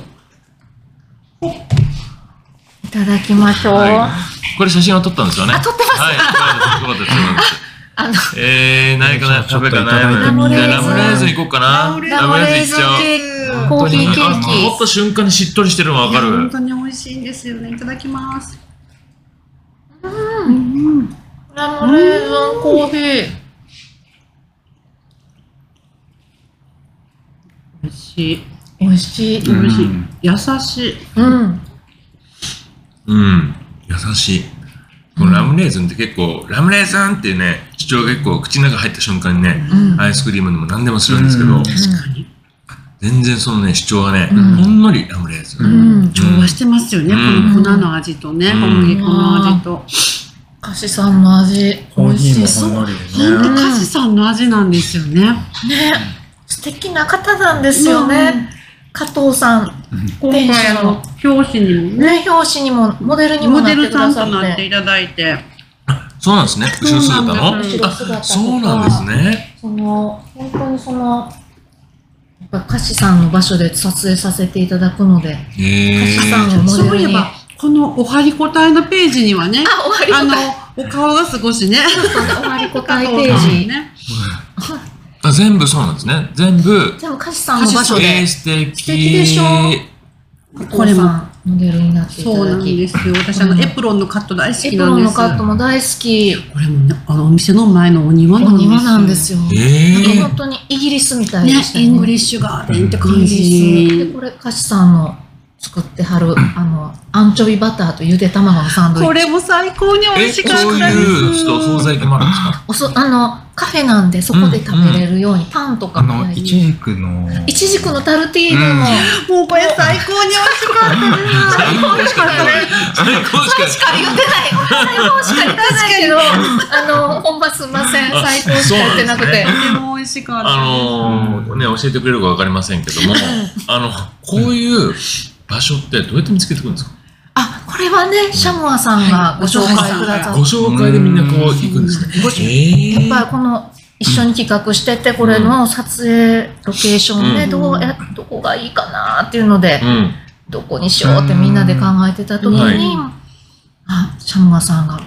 C: いただきましょう。
D: はい、これ写真を撮ったんですよね
C: あ撮ってます
D: はいよかったですよかったです
C: あの、
D: えー、何かな
B: ちょっ
D: 食
B: と
D: べ
B: いた
D: か
B: だい
D: な
B: てみ
D: い
C: よう
D: じゃあラムレーズンいこうかな
C: ラムレー
D: い
C: ズンケーキ、コーヒーケ
D: あ
C: ーキ。
D: 持った瞬間にしっとりしてるのわか
E: 本
D: る
E: 当に美味しいんですよね。いただきます。
C: ラムレーズンコーヒー。
E: 美味しい。
C: 美味しい。
E: 美味しい
D: うん。
E: 優しい。
C: うん。
D: うん優しいこのラムレーズンって結構、ラムレーズンっていうね主張が結構口の中入った瞬間にね、アイスクリームでも何でもするんですけど、
B: うん
E: 確かに。
D: 全然そのね主張がね、
C: うん
D: ほんのりラムレーズン、
C: うん。
E: 調和してますよね。
D: うん
E: この粉の味とね、
D: う
E: 小
D: ん
E: 麦粉の味と。
C: 菓子さんの味。
B: コ
C: 美
B: ー
C: 味
B: ヒー
C: し
B: もほ
C: そ
B: ん
C: う。
B: のり
E: 本
B: で
E: 当
B: ね。
E: カシさんの味なんですよね。
C: ね。素敵な方なんですよね。加藤さん。
E: 今回あの表紙にもね、
C: ね、表紙にも、モデルにも
E: モ
C: な
E: デ
C: って
E: ル
C: く
E: さ
C: だ
E: ん
C: さ
E: とな
C: っ
E: って
C: て。
E: いただいて、
D: そうなんですね後ろ姿の
E: そうなんです
C: 後ろ姿とか
D: あそうなんですね
C: その、本当にその、やっぱ菓子さんの場所で撮影させていただくので、菓
D: へ
C: 子さん
D: え
C: をモ
E: そ
C: デ
E: うい
C: ル
E: え
C: に。
E: ばこのおはりこたえのページにはね、
C: あ、終わ
E: あ
C: り
E: の
C: こたえ。
E: お顔が少しね、
C: おはりこたえ
E: <laughs>
C: ページ。
E: ね、
D: あ全部そうなんですね全部
C: でも、菓子さんの場所
D: えー
C: で、
D: 素敵
C: 素敵でしょ
E: これ
C: 加藤
E: も
C: さんモデルになっていた
E: そうな
C: だ
E: ん
C: き
E: で、すよ。私あ
C: うん
E: のエプロンのカット大好
C: エ
E: き
C: プ
E: な
C: ロ
E: ん
C: ン
E: で
C: の
E: す。
C: カット
E: こ
C: も大好き。
E: れもね、あのお店の前のお庭
C: お庭な
E: なん
C: ん
E: で
C: ですす
E: よ。
C: よ。なん
D: え
C: か
D: ー
C: 本当にイギリスみたいで
E: ね
C: した、
E: イングリ
C: ッ
E: ッシュガーデンって
C: イ
E: 感
C: ギリスで、
E: じ。
C: これ、菓子さんの作ってはる、あの、アンチョビバターとゆで卵のサンドイッチ。
E: これも最高に美
D: え
E: 味しかった
D: そう
E: で
D: いう
E: す。
D: ちょっとお惣菜系もあるんですか
C: おそあのカフェなんでそこで食べれるように、パンとか
B: あ
C: も
B: の、
C: 焼
B: イ
C: い
B: チ
C: て
B: ジクの。
C: いちじくのタルティーヌも、
E: もうこれ最高に美味しかったです。最高に美味しかったです。
D: 最高しか
C: しか言ってない最高しか言ってないけどあの本場すんません
D: あ
C: 最高しか言ってなくて
D: そう
E: とても美味しかったです。
D: あのーね教えてくれるかわかりませんけど
C: <laughs>
D: もあのこういう場所ってどうやって見つけてくるんですか
C: あこれはねシャモアさんがご紹介くださっ
D: ご紹介でみんなこう行くんですね
C: ご紹
D: え
C: てやっぱりこの一緒に企画しててこれの撮影ロケーションで
D: うん
C: どうやどこがいいかなっていうので
D: うん
C: どこにしようってみんなで考えてた時
D: うんは
C: に、
D: い
C: あシャモアさんが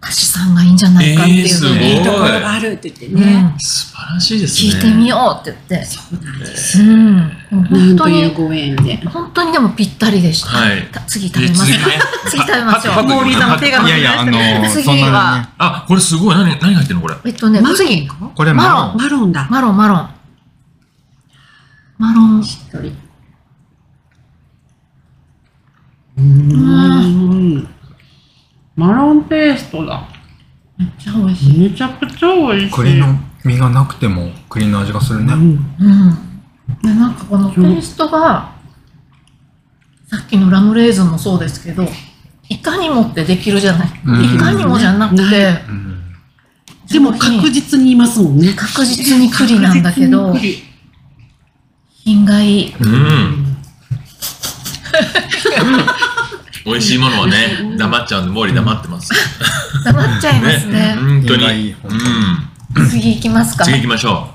C: 歌詞さんがいいんじゃないかっていうの
D: えーすご
C: で
E: いいところがあるって言って
C: う
E: ね。
C: ん
D: 素晴らしいですね
C: 聞いてみようって言って、
E: そうなんです。
C: うん、
E: な
C: 本
E: ん
C: 当
E: という
C: に
E: ご縁で。
C: 本当にでもぴったりでした。
D: はい
C: た次食
D: で
C: べます
D: 次
C: か。
D: ね
C: <laughs> 次食べましょう
D: パクパク
E: モーリーさんの手が
B: いやいや、あの
C: 次は、
B: そんなにね。
D: あこれすごい何何入ってるのこれ
C: えっとね、次
B: これ、マロン。
E: マロンだ。
C: マロンマロンマロン。
E: しっとり。うーん。マロンペーストだ。
C: めっちゃ美味しい。
E: めちゃくちゃ美味しい。
B: 栗の実がなくても栗の味がする
E: う
B: ね。
E: ん。
C: うん。でなんかこのペーストがさっきのラムレーズンもそうですけど、いかにもってできるじゃない。
B: うん
C: いかにもじゃなくて。
E: ね
B: うん
E: でも確実にいますもんね。
C: 確実に栗なんだけど
E: 確実に
C: 品がいい。
D: うん美味しいものはね黙っちゃうんで毛利黙ってます
C: 黙っちゃいますね。
D: 本当
B: 品が
D: に
B: いい
D: うん
C: 次行きますか。
D: 次行きましょ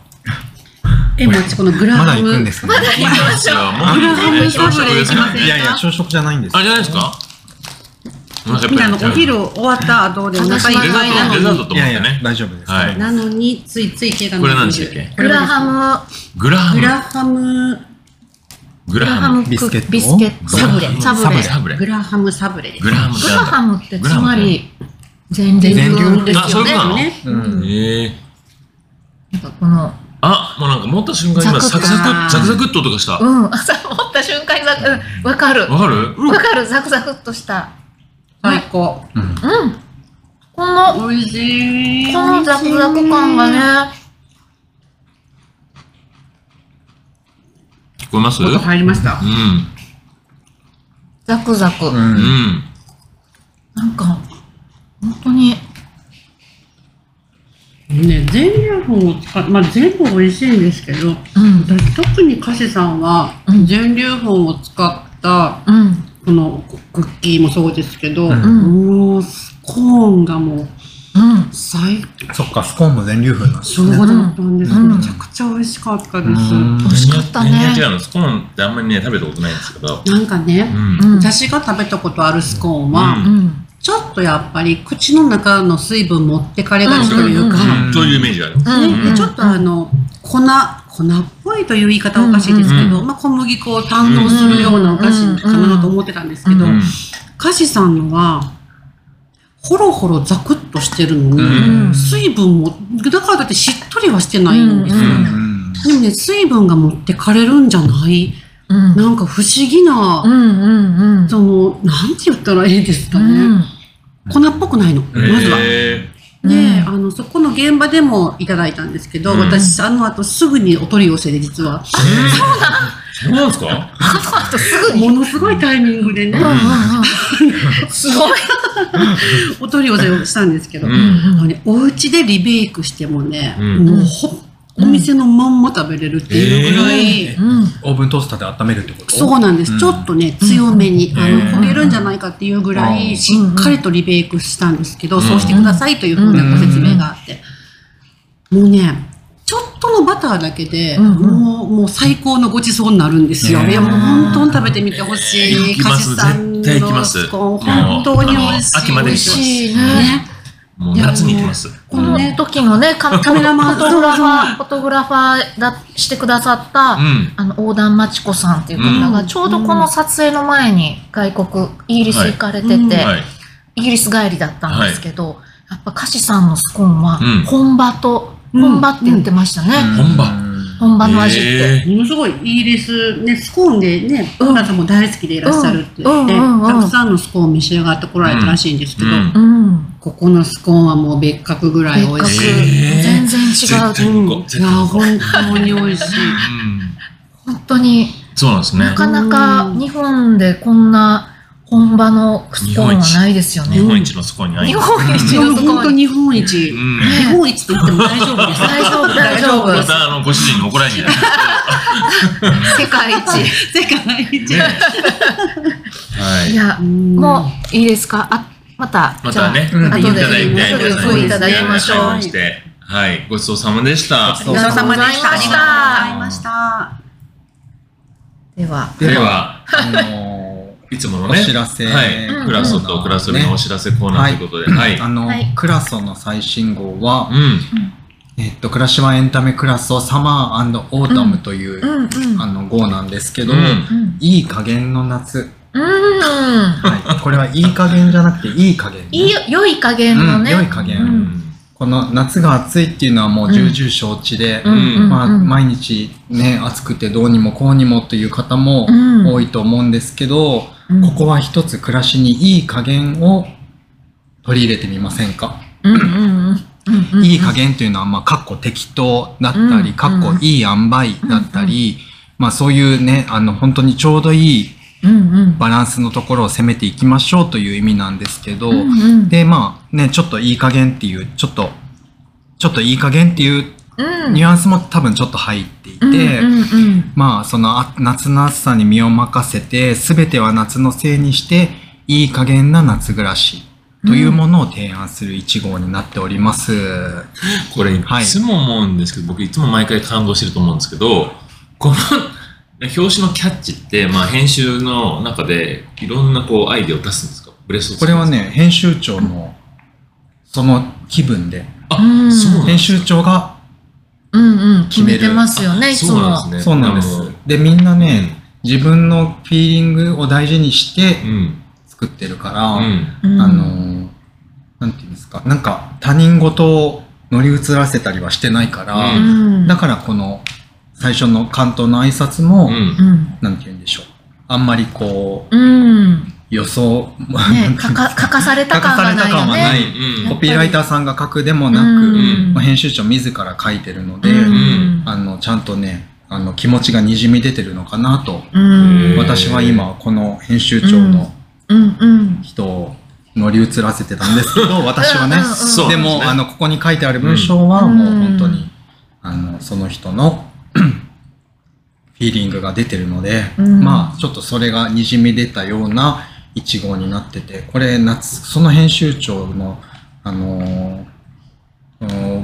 E: え、もう私このグラフ。
B: まだ行くんですね。
D: う。行きますよ。もう
E: グラフ
D: いい
E: も
D: ですよ
E: それ行きませんか
B: いやいや、朝食じゃないんです
D: あ。れじゃないですか
E: みんなあのお昼終わった後でお腹い
D: デ
E: っ
D: ザ
E: ぱ
D: ー
E: い
D: ト、デザ
E: な
D: ー
E: の
D: ト
E: に、
D: と思っ
B: いや
D: て
B: いや、
D: ね。
B: 大丈夫です。
D: はい
E: なのについつい手が伸
D: こ
E: びる。
D: れ何でしたっけ
E: こ
C: グ
E: れです
C: ラハ
D: グラハム。
E: グラハム、
C: ム、
D: グ
C: グ
D: ラ
C: ラ
D: ハ
C: ハ
D: ム。
C: ムク
B: ビスケット
C: ビスケット、
E: サブレ
C: サブ
B: サ
C: レ。
D: サブレ。
E: グラハムサブレです。
D: グラハム
C: グラハムってつまり全
B: 全
C: 粒
B: 粒
C: 粉です
D: あ、そう
C: よ
D: いう
C: ね
D: こ。となの
B: う
E: ね
B: ん。
D: ええ。
C: なんかこの、
D: あ、もうなんか持った瞬間今
C: ザ
D: サ
C: ク
D: ク
E: ザク
D: サク、ザクザクっと音がした。わ
C: うん、 <laughs> 朝持った瞬間にザク、うん、わかる。わ
D: かる
C: かる、ザクザクっとした。
E: 最高。
C: うん。この、
E: 美味しい。
C: このザクザク感がね、
D: 聞こえますう
E: 音入りました。
D: ん。
C: ザクザク。
D: う
B: うん。
D: ん。
C: なんか、本当に、
E: ね、全粒粉を使っまあ、全部美味しいんですけど、
C: うん、
E: 特にカシさんは
C: うん
E: 全粒粉を使った
C: うん、
E: このクッキーもそうですけど、
C: ん
E: もうコーンがもう
C: うん。
E: 最
B: そっか、スコーンも全粒粉なんです
E: 高
B: ね。
E: だったんです、
C: うん
E: めちゃくちゃ美味しかったです、
B: うん
C: 美味しかったね
D: 何が何が違うのスコーンってあんまりね、食べたことないんですけど。
E: なんかね、
D: うん。
C: うん
E: 私が食べたことあるスコーンは、
D: うん
C: うん。
E: ちょっとやっぱり口の中の水分持ってかれがちというか、
D: うんというイメージがある。
E: ねでちょっとあの粉粉っぽいという言い方はおかしいですけど、
D: う
E: まあ、小麦粉を堪能するようなお菓子かなと思ってたんですけど、
C: うん
E: 菓子さんのはほろほろザクッとしてるのに、
D: うん
E: 水分もだからだってしっとりはしてないんですよ、
C: う
B: うん
E: でもね水分が持ってかれるんじゃない
C: うん、
E: なんか不思議な、
C: うん、うん、うん。
E: そのなんて言ったらいいですかね、粉っぽくないのまずは。
D: え
E: で、
C: うん
E: あのそこの現場でもいただいたんですけど、
D: うん
E: 私あの後すぐにお取り寄せで実は
D: そうなんですか
C: あとすぐに。
E: ものすごいタイミングでね
C: うん、うん、うん。すごい。
E: お取り寄せをしたんですけど、
D: うん
E: あのね、お家でリベイクしてもね、
D: うん
E: もうほお店のまんま食べれるっていうぐらい、
D: え
C: うん、
B: オーブントースターで温めるってこと
E: そうなんです、
B: うん
E: ちょっとね強めに、
D: うん
E: あ
D: へ
E: の
D: ー
E: 焦げるんじゃないかっていうぐら
B: う
E: い
B: ん
E: しっかりとリベイクしたんですけど、
D: うん
E: そうしてくださいというふうなご説明があって、もうねちょっとのバターだけで、
C: うん
E: もうもう最高のごちそうになるんですよ、
B: うん
E: いやもう本当に食べてみてほし
D: 行
E: い
D: き
E: 菓
D: ま
E: 子
D: す
E: さん
D: 絶対行き
E: の
D: ます
E: スコーン
D: もう
E: 本当に美味しい
D: あの秋までに行きま
E: 美味しい
D: す
C: しい
E: ね
C: ね。
D: もう夏に行きます。
C: この時のね、カ
E: カメラマン
C: フォトグラファー、フォトグラファーだしてくださった、
D: うん。
C: あの、横断まちこさんっていう方
E: う
C: が、
E: ん
C: ちょうどこの撮影の前に外国、イギリス行かれてて、
E: はいうん
D: はい。
C: イギリス帰りだったんですけど、やっぱ歌詞さんのスコーンは
D: うん、
C: 本場と、
E: うん
C: 本場って言ってましたね。
D: 本場
C: 本場の味って。
D: え
E: ものすごいイギリス、ね、スコーンでね、
C: うん
E: オーナーさんも大好きでいらっしゃるって言って、
C: うんうんうんうん
E: たくさんのスコーンを召し上がってこられたらしいんですけど、
D: うん
C: うん。
E: ここのスコーンはもう別格ぐらい
C: 別
E: 美
C: 格。
E: 味しい。
D: えー
C: 全然違う
D: 絶。対
E: うん、い
D: こう絶対
E: や、
D: こ
E: 本
D: う
E: 当に美味しい。
D: うん
C: 本当に、
D: そうなんですね
C: な。かなか日本でこんな本場のスコーンはないですよね
D: 日。本一のスコーンに会いに
C: 日
D: 行く
C: 本一のスコ
E: 本
C: ー
E: 当
C: ン。
E: 日本一。
D: う
E: 日
D: ん。
E: 本一と言っても大丈夫です。
C: 大丈夫、大丈
D: ま
C: 夫。
D: たあのご主人に怒られるんじゃない
C: 世界一。
E: 世界一。
D: ねはいい。
C: や、もういいですかあ、また、
D: ま
C: じゃ
D: た
C: あ
D: ね、
B: うん
D: い
C: 後
D: た
C: で、
D: だいて、皆
E: 後
C: 後
D: さ
C: で
D: ん
C: ご
D: に
C: いただきましょう。
D: 皆さんにしてはい、ごちそうさまでした。
E: ごちそうさまでした。
C: ありが
D: とうございました
E: あ
C: では、
D: で、は、
B: あの
D: いつもの
B: お
D: <laughs> ね、
B: 知らせ
D: はい、クラソとクラソビのお知らせコーナーということで、
B: ー
D: はい。
B: あの
C: はい
B: クラソの最新号は、
D: うん。
B: えっと、クラシワエンタメクラソサマーオータムという、
C: うん、うん、
B: あの号なんですけど、
D: うん
C: うん。
B: いい加減の夏、
C: うん。
B: はい、これはいい加減じゃなくていい加減ね、
C: いいよ、良い加減のね。
B: うん良い加減
D: うん
B: この夏が暑いっていうのはもう重々承知で、
C: うん、うん。
B: まあ、
C: うん
B: 毎日ね暑くてどうにもこうにもという方も
C: うん
B: 多いと思うんですけど、
C: うん
B: ここは一つ暮らしにいい加減を取り入れてみませんか、
C: うん、うん、うんうんうん。
B: いい加減というのは、まあ、かっこ適当だった
C: う
B: り、
C: ん
B: かっこいい塩梅だったり、まあ、そういうね、あの、本当にちょうどいい
C: うん、うん。
B: バランスのところを攻めていきましょうという意味なんですけど、
C: うんうん
B: で、まあ、ね、ちょっといい加減っていう、ちょっと、ちょっといい加減っていう
C: うん
B: ニュアンスも多分ちょっと入っていて、
C: うんうん
B: まあ、そのあ夏の暑さに身を任せて、すべては夏のせいにして、いい加減な夏暮らしというものを提案する1号になっております。
D: これい
B: はい
D: つも思うんですけど、僕いつも毎回感動してると思うんですけど、この表紙のキャッチって、まあ編集の中でいろんなこうアイデアを出すんですかブレスを
B: こ
D: 作
B: れ
D: るん
B: は
D: です
B: ね、編集長のその気分で、
D: か、
C: うん
D: あ、そうなんで
B: 編
D: すか
B: 集長が、
C: うんうん、決
B: 決め
C: め
B: る
C: てますよね、いつ
D: そうなん
C: も。
D: ですね。
B: そうなんです
D: あの。
B: で、みんな
D: うん
B: ね、自分のフィーリングを大事にして
D: うん。
B: 作ってるから、
D: うん。
C: うん
B: あのー、なんていうんですか、なんか他人事を乗り移らせたりはしてないから、
C: うん
B: だからこの最初の関東の挨拶も、
D: うん
C: うん。
B: なんて言うんでしょう。あんまりこう、
C: うん。
B: 予想、 <laughs>
C: ね、書か、書かされた感がない
B: 書かされた感
C: よ
B: は
C: ね
B: な。い
D: うん
B: コピーライターさんが書くでもな
C: う
B: く、
C: ん
B: まあ、編集長自ら書いてるので、
D: ん
B: あの、ちゃんとね、あの、気持ちが滲み出てるのかなと、
C: うん。
D: へー
B: 私は今、この編集長の
C: うんうん。
B: 人を乗り移らせてたんですけど、私はね、
C: うんうん
D: そう
B: で
D: なんすね
B: も、あの、ここに書いてある文章は、
C: うん
B: もう本当に、あの、その人の、 <clears throat> フィーリングが出てるので、
C: うん
B: まあ、ちょっとそれがにじみ出たような一号になってて、これ、夏、その編集長の、あのーうん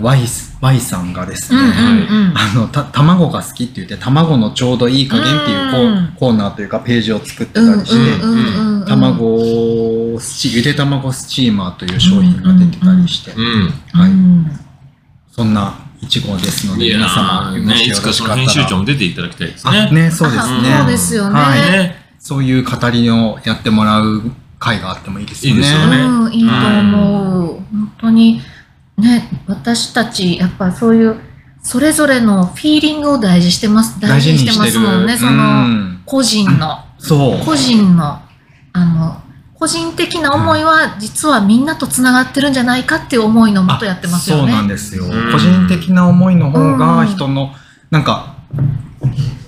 B: Y, y さんがです
C: うん
B: ね、
C: うんうん。
B: あの、た、卵が好きって言って、卵のちょうどいい加減っていうコー,、
C: うん
B: コーナーというか、ページを作ってた
C: うんうん
B: りして、
C: うんうん。
B: 卵スチ、ゆで卵スチーマーという商品が出てたりして、
D: うん。
B: はい
C: うん。
B: そんな1号ですので、
D: いや
B: 皆
D: ー、
B: 様、もし
D: ね、い
B: よ
D: つ
B: ろ
D: か
B: し
D: そ
B: か
D: の
B: っ
D: 編集
B: た
D: 長
B: ら。
D: も出ていただきたいです
B: あ
D: ね。
B: ね、そうですね。
C: あそうですよね
B: はい。
D: ね。
B: そういう語りをやってもらう会があってもいいですよね。
D: いいですよね
C: うん、いいと思う。本当に、ね、私たち、やっぱそういう、それぞれのフィーリングを大事してます。
B: 大
C: 大
B: 事
C: 事
B: に
C: にして
B: し
C: ま
B: て
C: す
B: る。
C: もんね、そうの、
B: ん
C: 個人の、
B: そう。
C: 個人の、あの、個人的な思いは、実はみんなと繋がってるんじゃないかっていう思いのもとやってますよ
B: そう
C: ね。
B: なんですよ。
D: うん
B: 個人的な思いの方
C: う
B: が
C: ん
B: 人の、なんか、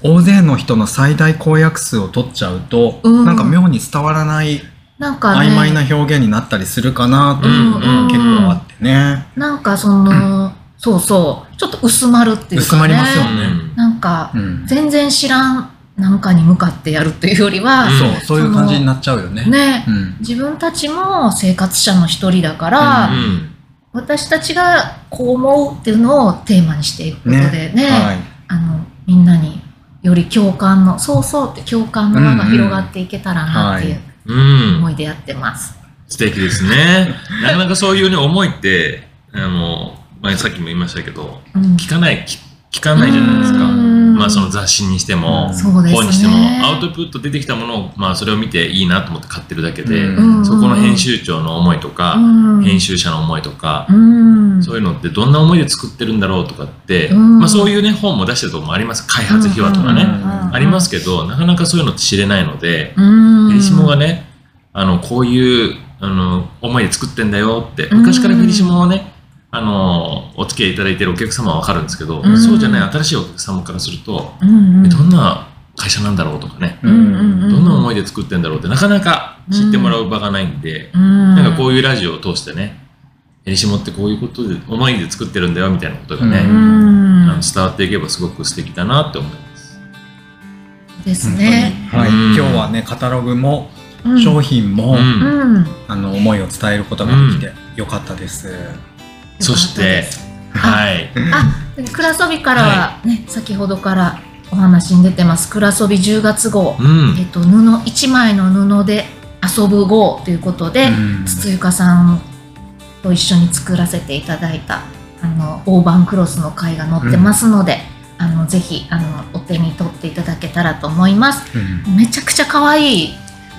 B: 大勢の人の最大公約数を取っちゃうと、
C: うん
B: なんか妙に伝わらない
C: なんかね、
B: 曖昧な表現になったりするかなと
D: う
B: い
D: ん
B: う
D: う
B: の
D: ん
B: が結構あってね。
C: なんかその、そうそう、ちょっと薄まるっていうか、ね。
B: 薄まりますよ
D: う
B: ね
D: ん
C: なんか
B: う、ん。
C: 全然知らんなんかに向かってやるっていうよりは、
D: うん
B: そう、そういう感じになっちゃうよね。
C: ね、
B: うん。
C: 自分たちも生活者の一人だから、
B: うん
C: 私たちがこう思うっていうのをテーマにしていくことでね、
B: はい。
C: あの、みんなにより共感の、そうそうって共感の輪が広がっていけたらなっていう
D: うん。うん
C: 思。いでやってます。
D: 素敵ですね。なかなかそういうね、思いって、あの、前さっきも言いましたけど、
C: うん
D: 聞かない、聞聞かないじゃないですか。
C: うん
D: まあその雑誌にしても、
C: そうですね
D: 本にしても、アウトプット出てきたものを、まあそれを見ていいなと思って買ってるだけで、
B: うん
D: そこの編集長の思いとか、
C: うん
D: 編集者の思いとか、
C: うん
D: そういうのってどんな思いで作ってるんだろうとかって、
C: うん
D: まあそういうね、本も出してるとこもあります。開発秘話とかね、
B: うんうん
D: ありますけど、なかなかそういうのって知れないので、
C: うん
D: フェリシモがね、あの、こういう、あの、思いで作ってんだよって、
C: ん
D: 昔からフェリシモをね、あの、お付き合いいただいてるお客様はわかるんですけど、
C: うん
D: そうじゃない新しいお客様からすると、
C: うんう
D: え
C: ん
D: どんな会社なんだろうとかね、
C: うんうんう
D: どん
C: ん
D: な思いで作ってんだろうって、なかなか知ってもらう場がないんで、
C: な
D: なんかこういうラジオを通してね、フェリシモってこういうことで、思いで作ってるんだよみたいなことがね、あ
B: うん
C: ん
D: の伝わっていけばすごく素敵だなって思います。
C: ですね。
B: はい。
D: うん
B: 今日はね、カタログも、
C: うん
B: 商品も、
D: うん
C: うん。
B: あの、思いを伝えることができて、よかったです。
D: そして、はい。
C: あ、でクラソビからはね、先ほどからお話に出てます。クラソビ10月号
D: う、ん
C: え。っと布一枚の布で遊ぶ号ということで、
B: うん
C: 筒ゆかさんと一緒に作らせていただいたあの大判クロスの回が載ってますので、あのぜひあのお手に取っていただけたらと思います。
B: うん
C: めちゃくちゃ可愛い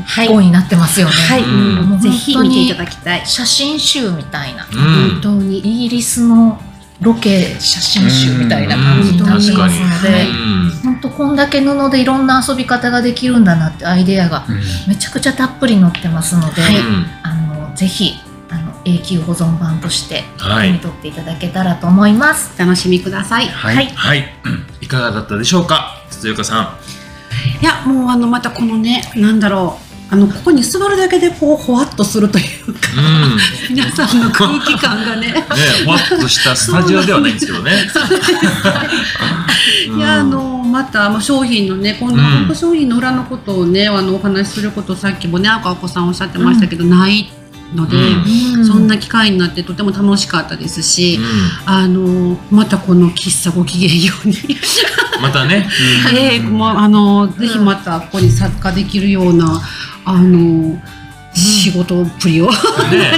E: はい。
C: 号になってますよね。
E: はい、
D: うん
E: もうぜひ見ていただきたい。
C: 写真集みたいな。
D: うん
E: 本当に。
C: イギリスのロケ写真集みたいな感じになってますの
E: うん
C: で
E: う
C: 本当こんだけ布でいろんな遊び方ができるんだなってアイデアが
B: うん
C: めちゃくちゃたっぷり載ってますので、
E: はい
C: あのぜひあの永久保存版として
D: は
C: 手に
D: い。
C: 取っていただけたらと思います。
E: お楽しみください。
B: はい
C: はい
D: はい。いかがだったでしょうか、筒岡さ
E: いや、もうあの、またこのね、なんだろう。あの、ここに座るだけで、こう、ほわっとするというか、
D: ん。うん。 <laughs> ね、
E: 皆さんの空気感がね。
D: ふわっとしたスタジオではないんですけどね。
E: いやあのまたまあ商品のねこの
D: うん
E: 本当商品の裏のことをね、あのお話しすることをさっきもね赤子さんおっしゃってましたけど、ないので、
C: うん
E: そんな機会になってとても楽しかったですし、あのまたこの喫茶ごきげんように、
D: また <laughs> ね、
E: えーもうあのぜひまたここに参加できるようなあの仕事っぷりを <laughs>
D: ね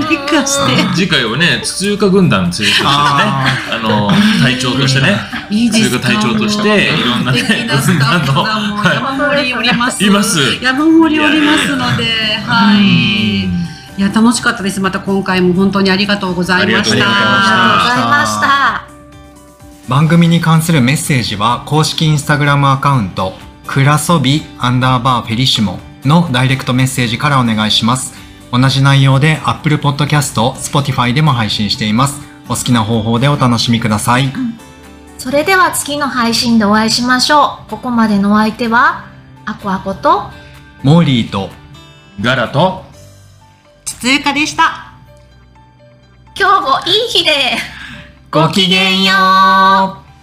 E: 何かして、
D: 次回はね、筒岡軍団追加してね、
B: あ
D: あの隊長としてね、
E: いいで
D: 筒
E: すか
D: 岡隊長としていろんなね
E: 素敵な
D: 軍
E: スタ
D: 団
E: ッ
D: <laughs>
E: フ
D: の
E: がもう山盛りおります。
D: います
E: 山盛りおりますので、はい。いや楽しかったです。また今回も本当にありがとうござ
D: あ
E: いまし
D: りがとうございました
E: た。
C: ありがとうございました。
B: 番組に関するメッセージは公式インスタグラムアカウントくらそびアンダーバーフェリシモのダイレクトメッセージからお願いします同じ内容で Apple Podcast、Spotify でも配信していますお好きな方法でお楽しみください
C: それでは次の配信でお会いしましょう。ここまでのお相手は、アコアコと、
B: モーリーと
D: ガラと
E: 筒ゆかでした。
C: 今日もいい日で、
B: ごきげんよう